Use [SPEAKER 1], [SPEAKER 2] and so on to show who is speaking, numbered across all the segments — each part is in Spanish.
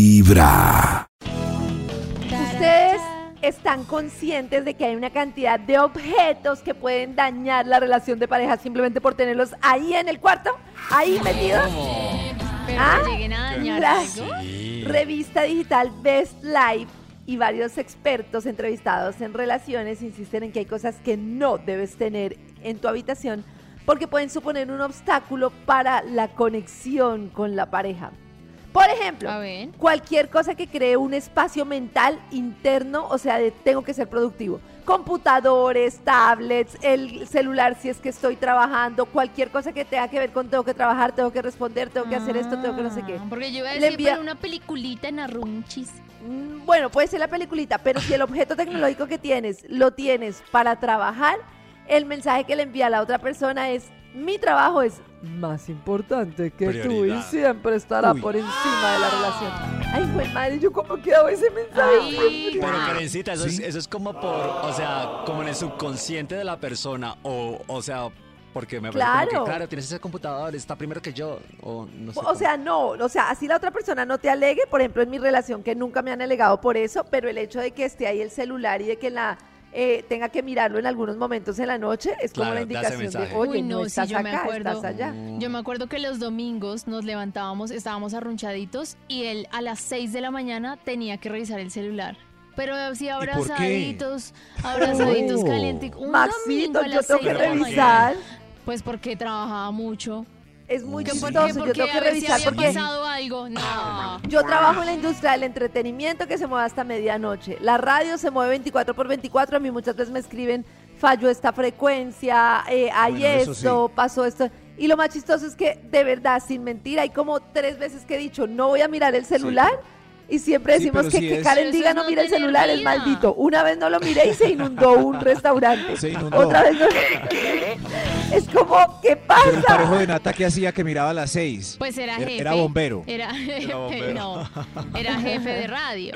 [SPEAKER 1] Vibra.
[SPEAKER 2] Ustedes están conscientes de que hay una cantidad de objetos que pueden dañar la relación de pareja simplemente por tenerlos ahí en el cuarto, ahí metidos.
[SPEAKER 3] Pero
[SPEAKER 2] ¿Ah?
[SPEAKER 3] que lleguen a dañar
[SPEAKER 2] La
[SPEAKER 3] algo.
[SPEAKER 2] revista digital Best Life y varios expertos entrevistados en relaciones insisten en que hay cosas que no debes tener en tu habitación porque pueden suponer un obstáculo para la conexión con la pareja. Por ejemplo,
[SPEAKER 3] A ver.
[SPEAKER 2] Cualquier cosa que cree un espacio mental interno, o sea, de tengo que ser productivo. Computadores, tablets, el celular si es que estoy trabajando, cualquier cosa que tenga que ver con tengo que trabajar, tengo que responder, tengo que hacer esto, tengo que no sé qué.
[SPEAKER 3] Ah, Porque yo iba a
[SPEAKER 2] Le
[SPEAKER 3] decir
[SPEAKER 2] envía-
[SPEAKER 3] pero una peliculita en Arrunchis.
[SPEAKER 2] Mm, Bueno, puede ser la peliculita, pero si el objeto tecnológico que tienes lo tienes para trabajar, el mensaje que le envía a la otra persona es mi trabajo es más importante que tú y
[SPEAKER 4] Prioridad.
[SPEAKER 2] siempre estará
[SPEAKER 4] Uy.
[SPEAKER 2] por encima de la relación. Ay, güey, madre, yo cómo quedaba ese mensaje.
[SPEAKER 3] Ay,
[SPEAKER 4] Pero
[SPEAKER 3] guau.
[SPEAKER 4] Karencita, eso, es, eso es como por, o sea, como en el subconsciente de la persona, o, o sea, porque me parece como
[SPEAKER 2] Claro.
[SPEAKER 4] que, claro, tienes ese computador, está primero que yo, o no sé.
[SPEAKER 2] O sea, no, o sea, así la otra persona no te alegue, por ejemplo, en mi relación que nunca me han alegado por eso, pero el hecho de que esté ahí el celular y de que la eh, tenga que mirarlo en algunos momentos en la noche es como la
[SPEAKER 4] Claro, da ese
[SPEAKER 2] indicación de,
[SPEAKER 4] mensaje.
[SPEAKER 2] oye,
[SPEAKER 3] Uy,
[SPEAKER 2] no,
[SPEAKER 3] no, sí,
[SPEAKER 2] estás
[SPEAKER 3] yo me
[SPEAKER 2] acá,
[SPEAKER 3] acuerdo.
[SPEAKER 2] estás allá.
[SPEAKER 3] Yo me acuerdo que los domingos nos levantábamos, estábamos arrunchaditos y él a las 6 de la mañana tenía que revisar el celular. Pero así
[SPEAKER 5] por qué?
[SPEAKER 3] abrazaditos, abrazaditos,
[SPEAKER 4] Oh.
[SPEAKER 3] calienticos. Un domingo
[SPEAKER 2] Maxito,
[SPEAKER 3] a
[SPEAKER 2] yo
[SPEAKER 3] las 6
[SPEAKER 2] tengo
[SPEAKER 3] de
[SPEAKER 2] que
[SPEAKER 3] la
[SPEAKER 2] revisar.
[SPEAKER 3] mañana. Pues porque trabajaba mucho.
[SPEAKER 2] Es muy
[SPEAKER 3] Que
[SPEAKER 2] chistoso,
[SPEAKER 3] porque,
[SPEAKER 2] yo
[SPEAKER 3] porque
[SPEAKER 2] tengo que
[SPEAKER 3] a ver si
[SPEAKER 2] revisar
[SPEAKER 3] había
[SPEAKER 2] porque Ah.
[SPEAKER 3] pasado algo. No.
[SPEAKER 2] yo trabajo en la industria del entretenimiento que se mueve hasta medianoche. La radio se mueve 24 por 24, a mí muchas veces me escriben, falló esta frecuencia, eh, hay
[SPEAKER 5] Bueno, eso
[SPEAKER 2] esto, pasó esto. Y lo más chistoso es que, de verdad, sin mentir, hay como tres veces que he dicho, no voy a mirar el celular. Y siempre
[SPEAKER 5] Sí,
[SPEAKER 2] decimos
[SPEAKER 5] pero
[SPEAKER 2] que,
[SPEAKER 5] sí
[SPEAKER 2] que
[SPEAKER 5] es-
[SPEAKER 2] Karen
[SPEAKER 3] Pero eso
[SPEAKER 2] diga
[SPEAKER 3] es
[SPEAKER 2] no
[SPEAKER 3] no
[SPEAKER 2] mira el
[SPEAKER 3] tener
[SPEAKER 2] celular, es
[SPEAKER 3] vida.
[SPEAKER 2] maldito. Una vez no lo miré y se inundó un restaurante.
[SPEAKER 5] Se inundó.
[SPEAKER 2] Otra vez no. es como, ¿qué
[SPEAKER 5] Pero el
[SPEAKER 2] pasa?
[SPEAKER 5] parejo de Nata que hacía que miraba a las seis.
[SPEAKER 3] Pues era
[SPEAKER 5] Era-
[SPEAKER 3] jefe.
[SPEAKER 5] era bombero.
[SPEAKER 3] Era jefe,
[SPEAKER 4] bombero.
[SPEAKER 3] no. Era jefe de radio.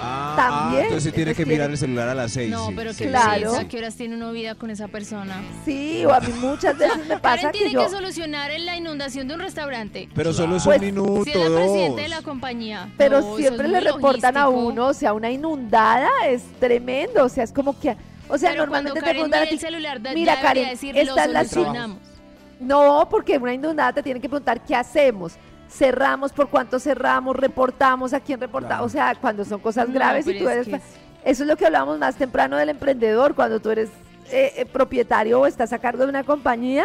[SPEAKER 5] Ah,
[SPEAKER 2] También.
[SPEAKER 5] entonces sí tiene
[SPEAKER 2] Entonces
[SPEAKER 5] que
[SPEAKER 2] tiene-
[SPEAKER 5] mirar el celular a las seis.
[SPEAKER 3] No,
[SPEAKER 5] sí,
[SPEAKER 3] pero
[SPEAKER 5] sí,
[SPEAKER 3] qué
[SPEAKER 2] Claro.
[SPEAKER 3] claro. ¿A qué horas tiene uno vida con esa persona?
[SPEAKER 2] Sí, o a mí muchas veces me pasa
[SPEAKER 3] Karen tiene
[SPEAKER 2] que
[SPEAKER 3] que,
[SPEAKER 2] yo...
[SPEAKER 3] solucionar en la inundación de un restaurante.
[SPEAKER 5] Pero solo es
[SPEAKER 2] Pues,
[SPEAKER 5] un minuto,
[SPEAKER 3] si es la presidenta de la
[SPEAKER 5] dos.
[SPEAKER 3] compañía.
[SPEAKER 2] Pero
[SPEAKER 3] No, eso
[SPEAKER 2] siempre
[SPEAKER 3] es
[SPEAKER 2] le
[SPEAKER 3] muy
[SPEAKER 2] reportan a
[SPEAKER 3] logístico.
[SPEAKER 2] uno, o sea, una inundada es tremendo, o sea, es como que, o sea,
[SPEAKER 3] Pero cuando
[SPEAKER 2] normalmente te
[SPEAKER 3] Karen
[SPEAKER 2] preguntan a
[SPEAKER 3] mire
[SPEAKER 2] ti,
[SPEAKER 3] el celular, da-
[SPEAKER 2] mira
[SPEAKER 3] ya debería
[SPEAKER 2] Karen,
[SPEAKER 3] decir, lo
[SPEAKER 2] esta es la cita.
[SPEAKER 3] solucionamos.
[SPEAKER 2] No, porque una inundada te tienen que preguntar qué hacemos, cerramos, por cuánto cerramos, reportamos, a quién reportamos, o sea, cuando son cosas
[SPEAKER 3] No,
[SPEAKER 2] graves y
[SPEAKER 3] pero
[SPEAKER 2] tú
[SPEAKER 3] es
[SPEAKER 2] eres...
[SPEAKER 3] que
[SPEAKER 2] fa- Eso es lo que hablábamos más temprano del emprendedor, cuando tú eres eh, eh, propietario o estás a cargo de una compañía.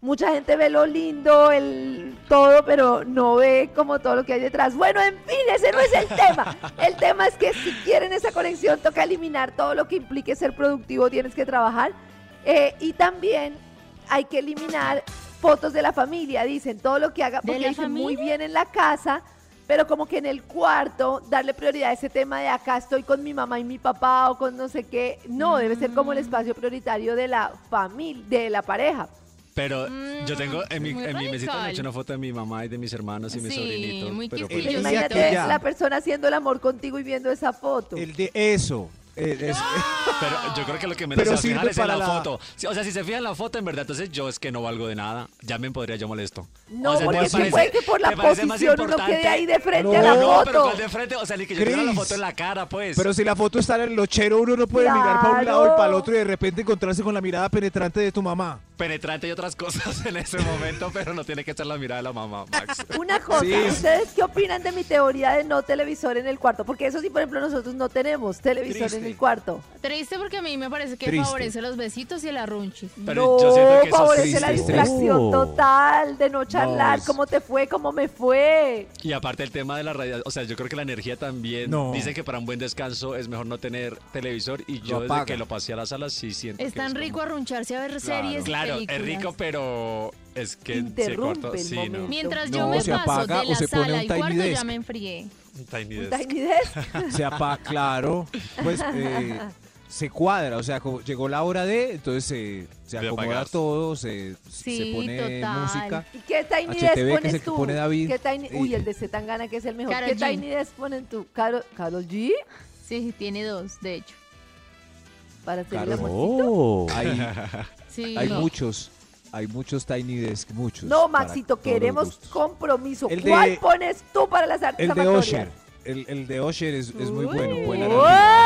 [SPEAKER 2] Mucha gente ve lo lindo, el todo, pero no ve como todo lo que hay detrás. Bueno, en fin, ese no es el tema. El tema es que si quieren esa conexión, toca eliminar todo lo que implique ser productivo, tienes que trabajar. Eh, y también hay que eliminar fotos de la familia, dicen, todo lo que haga,
[SPEAKER 3] ¿De
[SPEAKER 2] porque
[SPEAKER 3] la
[SPEAKER 2] dicen muy bien en la casa, pero como que en el cuarto darle prioridad a ese tema de acá estoy con mi mamá y mi papá o con no sé qué. No, debe ser como el
[SPEAKER 3] Mm.
[SPEAKER 2] espacio prioritario de la familia, de la pareja.
[SPEAKER 4] pero
[SPEAKER 2] mm,
[SPEAKER 4] yo tengo en mi,
[SPEAKER 3] muy
[SPEAKER 4] en mi mesita de
[SPEAKER 3] radical.
[SPEAKER 4] noche una foto de mi mamá y de mis hermanos y mis
[SPEAKER 3] Sí,
[SPEAKER 4] sobrinitos.
[SPEAKER 3] muy
[SPEAKER 4] pero
[SPEAKER 3] quisquilloso.
[SPEAKER 4] pues,
[SPEAKER 2] Pero
[SPEAKER 5] El día
[SPEAKER 2] imagínate
[SPEAKER 5] que ya-
[SPEAKER 2] la persona haciendo el amor contigo y viendo esa foto.
[SPEAKER 5] El de eso. eh, es-
[SPEAKER 3] ¡Ah!
[SPEAKER 4] Pero yo creo que lo que menos
[SPEAKER 5] Pero
[SPEAKER 4] se
[SPEAKER 5] sirve
[SPEAKER 4] fijan es en
[SPEAKER 5] para
[SPEAKER 4] la,
[SPEAKER 5] la-
[SPEAKER 4] foto. Sí, O sea, si se fijan en la foto, en verdad, entonces yo es que no valgo de nada. Ya me podría, yo molesto.
[SPEAKER 2] No,
[SPEAKER 4] O sea, ¿te
[SPEAKER 2] porque sí
[SPEAKER 4] parece-
[SPEAKER 2] puede que por la
[SPEAKER 4] te parece más
[SPEAKER 2] posición uno
[SPEAKER 4] importante?
[SPEAKER 2] quede ahí de frente
[SPEAKER 5] a la
[SPEAKER 4] No, pero
[SPEAKER 2] foto.
[SPEAKER 4] ¿cuál de frente? O sea, ni que yo tuviera la
[SPEAKER 5] Cris.
[SPEAKER 4] foto en la cara, pues.
[SPEAKER 5] pero si la foto está en el lochero, uno no puede mirar para un lado y para el otro y de repente encontrarse con la mirada penetrante de tu mamá.
[SPEAKER 4] Penetrante y otras cosas en ese momento, pero no tiene que estar la mirada de la mamá, Max.
[SPEAKER 2] Una cosa,
[SPEAKER 5] Sí.
[SPEAKER 2] ¿ustedes qué opinan de mi teoría de no televisor en el cuarto? Porque eso sí, por ejemplo, nosotros no tenemos televisor en
[SPEAKER 5] Triste.
[SPEAKER 2] el cuarto.
[SPEAKER 3] Triste porque a mí me parece que
[SPEAKER 5] Triste.
[SPEAKER 3] favorece los besitos y el arrunchis.
[SPEAKER 4] Pero
[SPEAKER 2] no,
[SPEAKER 4] yo siento que eso
[SPEAKER 2] favorece
[SPEAKER 5] triste,
[SPEAKER 2] la
[SPEAKER 5] es
[SPEAKER 2] distracción
[SPEAKER 5] triste.
[SPEAKER 2] total de no charlar,
[SPEAKER 5] es-
[SPEAKER 2] cómo te fue, cómo me fue.
[SPEAKER 4] Y aparte el tema de la radio, o sea, yo creo que la energía también
[SPEAKER 5] No.
[SPEAKER 4] dice que para un buen descanso es mejor no tener televisor y yo desde
[SPEAKER 5] apaga.
[SPEAKER 4] que lo pasé a la sala sí siento
[SPEAKER 3] Es
[SPEAKER 4] que
[SPEAKER 3] tan
[SPEAKER 4] como-
[SPEAKER 3] rico arruncharse a ver series.
[SPEAKER 4] Claro,
[SPEAKER 3] películas.
[SPEAKER 4] es rico, pero es que se
[SPEAKER 2] Interrumpe
[SPEAKER 4] cortó,
[SPEAKER 2] el
[SPEAKER 4] sí, no.
[SPEAKER 2] momento.
[SPEAKER 3] Mientras
[SPEAKER 5] No,
[SPEAKER 3] yo me
[SPEAKER 5] se
[SPEAKER 3] paso
[SPEAKER 5] apaga
[SPEAKER 3] de
[SPEAKER 5] o
[SPEAKER 3] la
[SPEAKER 5] se pone
[SPEAKER 3] sala
[SPEAKER 5] un
[SPEAKER 3] y
[SPEAKER 5] tiny
[SPEAKER 3] cuarto ya
[SPEAKER 5] desk.
[SPEAKER 3] me enfrié.
[SPEAKER 4] Tiny
[SPEAKER 2] Un
[SPEAKER 4] desk.
[SPEAKER 2] tiny desk.
[SPEAKER 5] Se apa, claro. Pues eh, se cuadra, o sea, como llegó la hora de, entonces eh, se
[SPEAKER 4] De
[SPEAKER 5] acomoda
[SPEAKER 4] apagarse.
[SPEAKER 5] todo, se,
[SPEAKER 3] Sí,
[SPEAKER 5] se pone
[SPEAKER 3] total.
[SPEAKER 5] música.
[SPEAKER 2] ¿Y qué Tiny
[SPEAKER 5] HTV,
[SPEAKER 2] Desk
[SPEAKER 5] que es
[SPEAKER 2] pones
[SPEAKER 5] el que
[SPEAKER 2] tú?
[SPEAKER 5] pone David.
[SPEAKER 2] ¿Qué tiny... Uy,
[SPEAKER 5] Y-
[SPEAKER 2] el de Zetangana que es el mejor.
[SPEAKER 3] Karol
[SPEAKER 2] ¿Qué
[SPEAKER 3] G.
[SPEAKER 2] Tiny Desk ponen tú? ¿Carol, Karol G?
[SPEAKER 3] Sí, tiene dos, de hecho.
[SPEAKER 2] Para hacer el
[SPEAKER 5] Claro.
[SPEAKER 2] amor.
[SPEAKER 5] Hay,
[SPEAKER 3] Sí.
[SPEAKER 5] hay
[SPEAKER 3] No.
[SPEAKER 5] muchos. Hay muchos Tiny Desk, muchos.
[SPEAKER 2] No,
[SPEAKER 5] pues para
[SPEAKER 2] Maxito,
[SPEAKER 5] todos los
[SPEAKER 2] queremos
[SPEAKER 5] gustos.
[SPEAKER 2] compromiso.
[SPEAKER 5] El
[SPEAKER 2] ¿Cuál
[SPEAKER 5] de-
[SPEAKER 2] pones tú para las artes
[SPEAKER 5] El de
[SPEAKER 2] amatorias?
[SPEAKER 5] Osher. El, el de Osher es, es muy
[SPEAKER 2] Uy.
[SPEAKER 5] bueno. buena
[SPEAKER 2] ¡Wow!
[SPEAKER 5] analogía,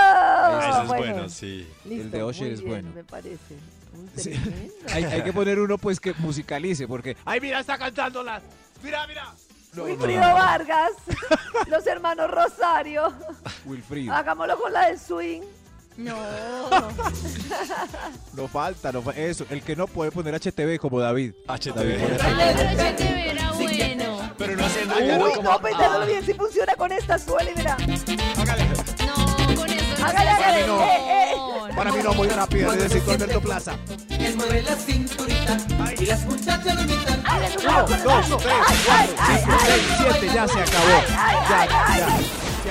[SPEAKER 5] Usher.
[SPEAKER 4] Ese
[SPEAKER 5] Ah,
[SPEAKER 4] es
[SPEAKER 5] bueno.
[SPEAKER 4] bueno, sí.
[SPEAKER 2] Listo,
[SPEAKER 5] El de Usher
[SPEAKER 2] muy
[SPEAKER 5] es
[SPEAKER 2] bien,
[SPEAKER 5] bueno.
[SPEAKER 2] Me parece. Uy,
[SPEAKER 5] Sí.
[SPEAKER 2] tremendo.
[SPEAKER 5] Hay, hay que poner uno pues que musicalice, porque. ¡Ay, mira, está cantándola! ¡Mira, mira! No, no,
[SPEAKER 2] Wilfrido
[SPEAKER 5] no, no.
[SPEAKER 2] Vargas, los hermanos Rosario.
[SPEAKER 5] Wilfrido.
[SPEAKER 2] Hagámoslo con la del swing.
[SPEAKER 3] No.
[SPEAKER 5] No falta, no fa- Eso, el que no puede poner HTV como David. David
[SPEAKER 4] HTV.
[SPEAKER 5] pone-
[SPEAKER 3] El otro HTV era bueno.
[SPEAKER 4] Pero no haciendo
[SPEAKER 2] Uy,
[SPEAKER 4] como-
[SPEAKER 2] no, pensando
[SPEAKER 4] Ah.
[SPEAKER 2] bien si funciona con esta suela y verá.
[SPEAKER 3] No, con eso. no
[SPEAKER 2] Hágale,
[SPEAKER 3] se
[SPEAKER 2] hágale,
[SPEAKER 3] hace,
[SPEAKER 2] eh, eh.
[SPEAKER 3] no.
[SPEAKER 5] Para mí no, muy rápido, necesito Alberto Plaza.
[SPEAKER 1] Les mueve la cinturita y las muchachas lo imitan.
[SPEAKER 2] Dale, Lucas,
[SPEAKER 5] Uno,
[SPEAKER 2] con el
[SPEAKER 5] dos,
[SPEAKER 2] barco.
[SPEAKER 5] tres,
[SPEAKER 2] Ay, ay,
[SPEAKER 5] cuatro,
[SPEAKER 2] ay,
[SPEAKER 5] cinco,
[SPEAKER 2] ay.
[SPEAKER 5] seis, siete, ya se acabó. Ya, ya, se